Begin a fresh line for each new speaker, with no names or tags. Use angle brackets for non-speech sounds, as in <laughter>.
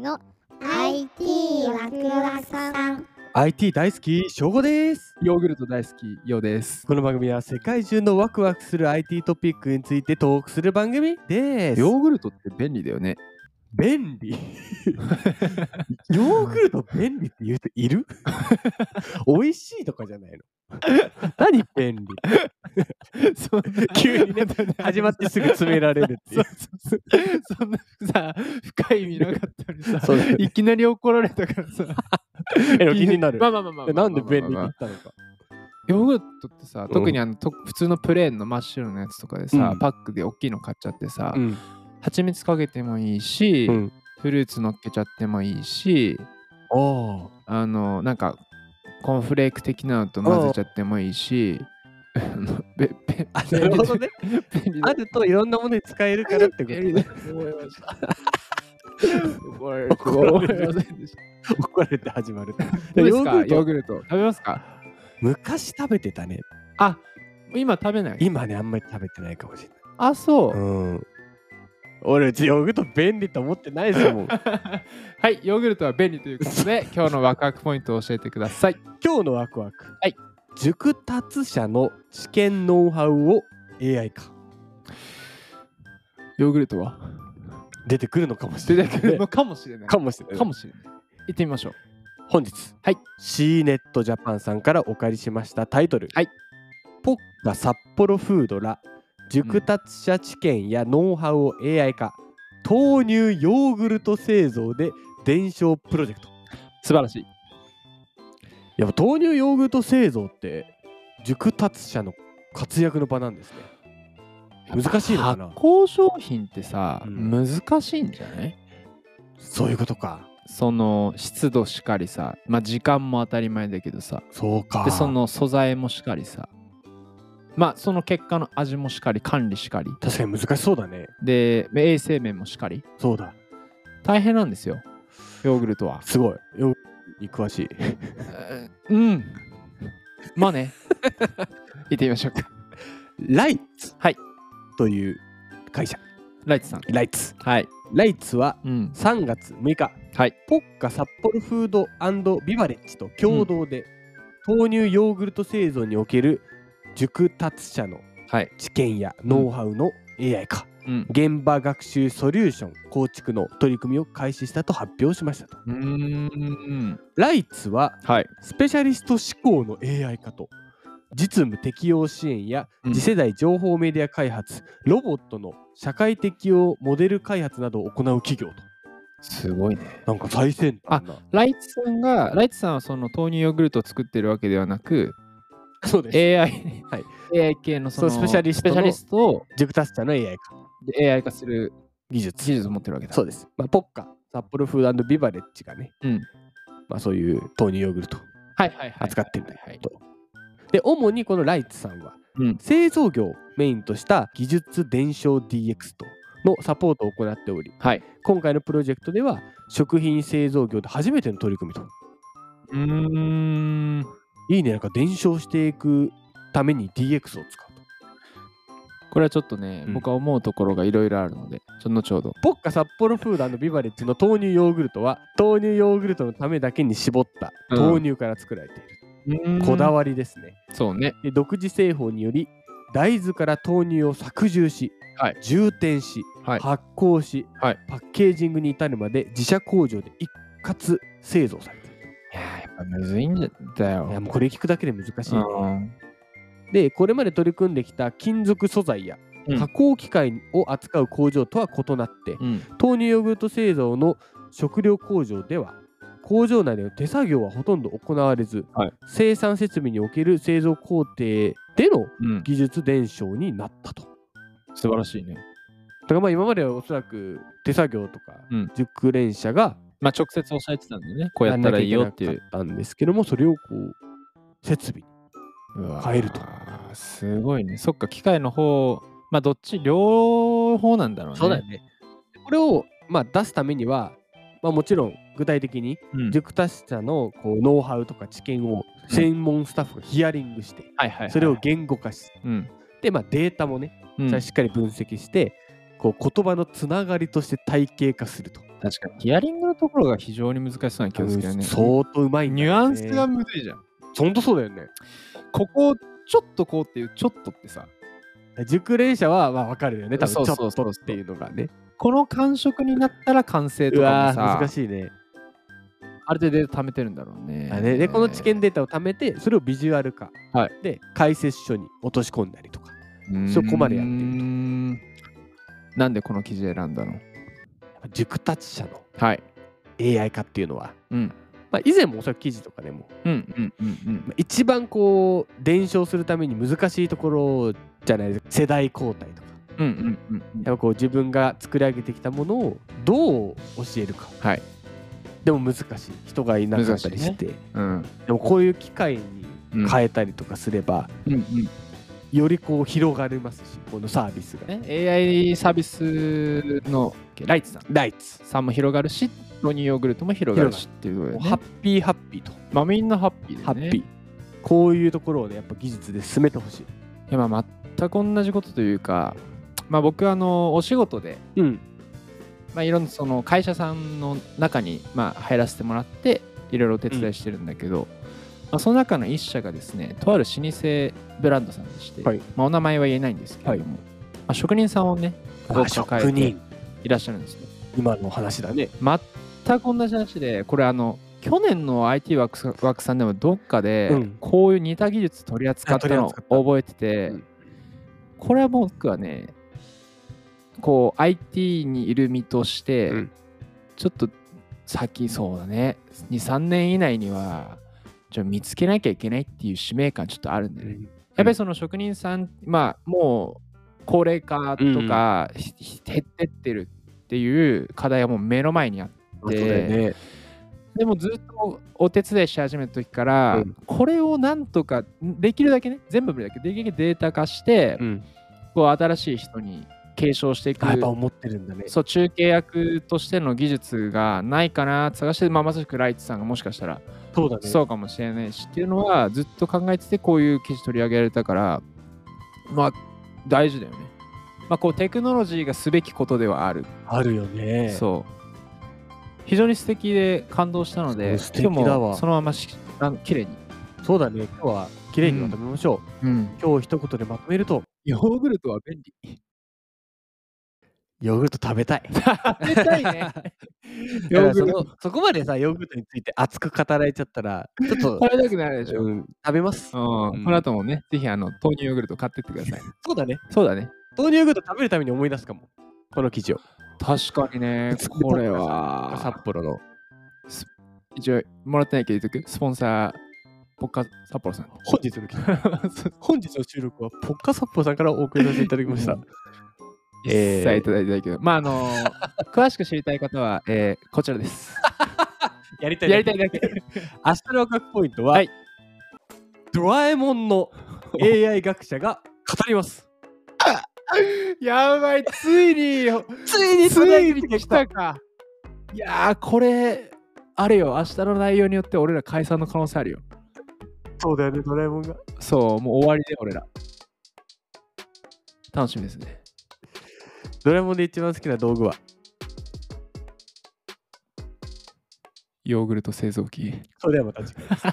の
IT ワクワクさん
IT 大好き翔吾です
ヨーグルト大好きヨウです。
この番組は世界中のワクワクする IT トピックについてトークする番組です
ヨーグルトって便利だよね。
便 <laughs> 利ヨーグルト便利って言う人いる <laughs> 美味しいとかじゃないの何便 <laughs> 利
そんな
急 <laughs> にね始まってすぐ詰められるってい
そううそうそうそんなさ深い意味なかったりさ
そうだよね
いきなり怒られたからさ
え気になる
まあまあまあまあ
え
まあ
な
まあ
ん
ま
で便
あまあ
利になったのか
ヨーグルトってさ
うん
特にあの、と普通のプレーンの真っ白のやつとかでさ、
うん
パックで大きいの買っちゃってさ、
ん
蜂蜜かけてもいいし、
うん
フルーツ乗っけちゃってもいいし
あ
あのなんかコーンフレーク的なのと混ぜちゃってもいいしあのべべ
あなるほどね
便利だ
あるといろんなものに使えるからってことね
思いました。怒られ
<laughs>
て怒られませんでした
怒られて始まる
どうです
ヨー
か
グルト
ヨーグルト食べますか
昔食べてたね
あ今食べない
今ねあんまり食べてないかもしれない
あそう、
うん俺うちヨーグルト便利と思ってないです <laughs> もん
<laughs> はいヨーグルトは便利ということ <laughs> で今日のワクワクポイントを教えてください
今日のワクワク
はい
熟達者の知見ノウハウを AI か
ヨーグルトは
出てくるのかもし
出
れな
て
い、
くるのかもしれない
かもしれない
かもしれない行ってみましょう
本日
はい
C ネットジャパンさんからお借りしましたタイトル
はい
ポッカ札幌フードら熟達者知見やノウハウを AI 化、豆乳ヨーグルト製造で伝承プロジェクト
素晴らしい
やっぱ豆乳ヨーグルト製造って熟達者の活躍の場なんですね難しいのかな
発酵商品ってさ、
うん
難しいんじゃない
そういうことか
その湿度しかりさまあ時間も当たり前だけどさ
そうか
でその素材もしっかりさまあその結果の味もしっかり管理しっかり
確かに難しそうだね
で衛生面もしっかり
そうだ
大変なんですよヨーグルトは
すごいヨーグルトに詳しい
うんまあね <laughs> 行ってみましょうか
ライツ
はい
という会社
ライツさん
ライツ
はい
ライツは
うん
3月6日
はい
ポッカ札幌フードビバレッジと共同で、豆乳ヨーグルト製造における熟達者の
はい
知見やノウハウの AI 化、
うん
現場学習ソリューション構築の取り組みを開始したと発表しましたと
うーん
ライツは
はい
スペシャリスト思考の AI 化と実務適用支援や
うん
次世代情報メディア開発、ロボットの社会適用モデル開発などを行う企業と
すごいね
なんか最先端な
ライツさんがライツさんはその豆乳ヨーグルトを作ってるわけではなく
そうです、
<laughs> AI、
はい
AI 系のその
そうスペシャリストの
スペシャリストを
熟達者の AI 化
で AI 化する
技術
技術を持ってるわけだ
そうです、まあ、ポッカ札幌フードビバレッジがね、
うん
まあ、そういう豆乳ヨーグルト
はいはいはい。
扱ってる
はいはい。
とで主にこのライツさんは、
うん
製造業をメインとした技術伝承 DX とのサポートを行っており
はい。
今回のプロジェクトでは食品製造業で初めての取り組みと
うーん。
いいねなんか伝承していくために DX を使うと
これはちょっとね、
うん
僕は思うところがいろいろあるので、ちょっと後ほど。
ポッカ札幌フードビバレッジの豆乳ヨーグルトは豆乳ヨーグルトのためだけに絞った豆乳から作られている、こだ
わ
わりですね
そうね。
で独自製法により大豆から豆乳を搾汁し、
はい
充填し、
はい
発酵し、
はい
パッケージングに至るまで自社工場で一括製造されている
いやー、やっぱむずいんだよ。
いやもうこれ聞くだけで難しい、
うん
でこれまで取り組んできた金属素材や
うん
加工機械を扱う工場とは異なって、
うん。
豆乳ヨーグルト製造の食料工場では工場内での手作業はほとんど行われず、
はい
生産設備における製造工程での
うん。
技術伝承になったと。
素晴らしいね。
だからまあ今まではおそらく手作業とか
うん
熟練者が
まあ直接教えてたんでね、こうやったらいいよっていう。
たんですけどもそれをこう設備変えると
うわー。すごいね。そっか、機械の方、まあどっち、両方なんだろうね。
ねこれをまあ出すためには、まあ、もちろん具体的に
うん
熟達者のこうノウハウとか知見を専門スタッフがヒアリングして
はいはいはい。
それを言語化し
うん。
て、まあ、データもね
うん
しっかり分析してこう言葉のつながりとして体系化すると。
確かに。ヒアリングのところが非常に難しそうな気がするよね。
相当うまいんだ
ニ
よ
ュ
ね
アンスがむずいじゃん。
ほんとそうだよね。
ここ、ちょっとこうっていう、ちょっとってさ、
熟練者はまあ分かるよね。多分ち
そ
ょ
う
っ
そう
と
そうそう
っていうのがね。
この感触になったら完成
う
とか
わ
も
ー
さ、
難しいね。
ある程度データ貯めてるんだろうね。
だねでこの知見データを貯めてそれをビジュアル化、
はい
で解説書に落とし込んだりとか
うん
そこまでやってると
なんでこの記事選んだ
や
の
っぱ熟達者の
はい。
AI 化っていうのは、
うん。
まあ、以前もおそらく記事とかでも
うんうんうんうん
まあ一番こう伝承するために難しいところじゃないですか世代交代とか
うんうんうんうん
やっぱこう自分が作り上げてきたものをどう教えるか、
はい
でも難しい人がいなかったりして、
うん
でもこういう機会に
うん
変えたりとかすれば、
うんうん
よりこう広がりますしこのサービスが。
ね AI サービスのライツさん
ライツ
さんも広がるしロニーヨーグルトも広がるしっていうことで、
もう
ね、
ハッピーハッピーと、
まあみんなハッピーで、ね、
ハッピーこういうところをねやっぱ技術で進めてほしい
いやまあ全く同じことというかまあ僕あのお仕事で
うん
まあいろんなその会社さんの中にまあ入らせてもらっていろいろお手伝いしてるんだけど、まあ、その中の一社がですねとある老舗ブランドさんでして、
はい
まあ、お名前は言えないんですけれども、まあ、職人さんをね多
あ
く抱え
職
て
人
いらっしゃるんですよ
今のお話だね
全く同じ話でこれあの去年の IT ワークスワークさんでもどっかで
うん
こういう似た技術取り扱ったの
あ取り
を
扱った
覚えてて、
うん
これはもう僕はねこう IT にいる身として、
うん
ちょっと先そうだね23年以内にはちょ見つけなきゃいけないっていう使命感ちょっとあるんでね、やっぱりその職人さん、まあ、もう高齢化とか、ひひ減ってってるっていう課題はもう目の前にあって、
そうだよね
でもずっとお手伝いし始めた時から、
うん
これをなんとかできるだけね、全部無理だけど、できるだけデータ化して、
うん
こう新しい人に継承していく
あ。やっぱ思ってるんだね
そう中継役としての技術がないかなって探して、まあ、まさしくライツさんがもしかしたら
そうだね
そうかもしれないしっていうのはずっと考えててこういう記事取り上げられたからまあ大事だよね。まあこうテクノロジーがすべきことではある。
あるよね
そう。非常に素敵で感動したので
素敵だ
今
わ
日もそのまましあの綺麗に。
そうだね今日は綺麗にまとめましょう、
うん。
今日一言でまとめると
ヨーグルトは便利。
ヨーグルト食べたい
<laughs> 食べたい
だ
ね。
からそ
<laughs> ヨーグル
のそこまでさヨーグルトについて熱く語られちゃったらちょっと
食べたくなるでしょ。
うん、食べます、
うん
うん
この後もね、ぜひあの豆乳ヨーグルト買ってってください。
<laughs> そうだね
そうだね。
豆乳ヨーグルト食べるために思い出すかもこの記事を
確かにね、これは。
札幌の
一応もらってないけど言っとくスポンサーポッカ札幌さん
本日の記事
<laughs>
本日の収録はポッカサッポさんからお送りさせていただきました。えー
一切いただいてないけど、まああの <laughs> ー詳しく知りたい方は、えーこちら <laughs> です
やりた
やりたいだけ
アストラ学ポイントは、
はい
ドラえもん
<laughs>
の AI 学者が語ります。
やばいついに
ついに
ついに
来
来たかいやーこれあれよ明日の内容によって俺ら解散の可能性あるよ
そうだよね、ドラえもんが。
そうもう終わりで俺ら楽しみですね
ドラえもんで一番好きな道具は
ヨーグルト製造機
それではまた次回。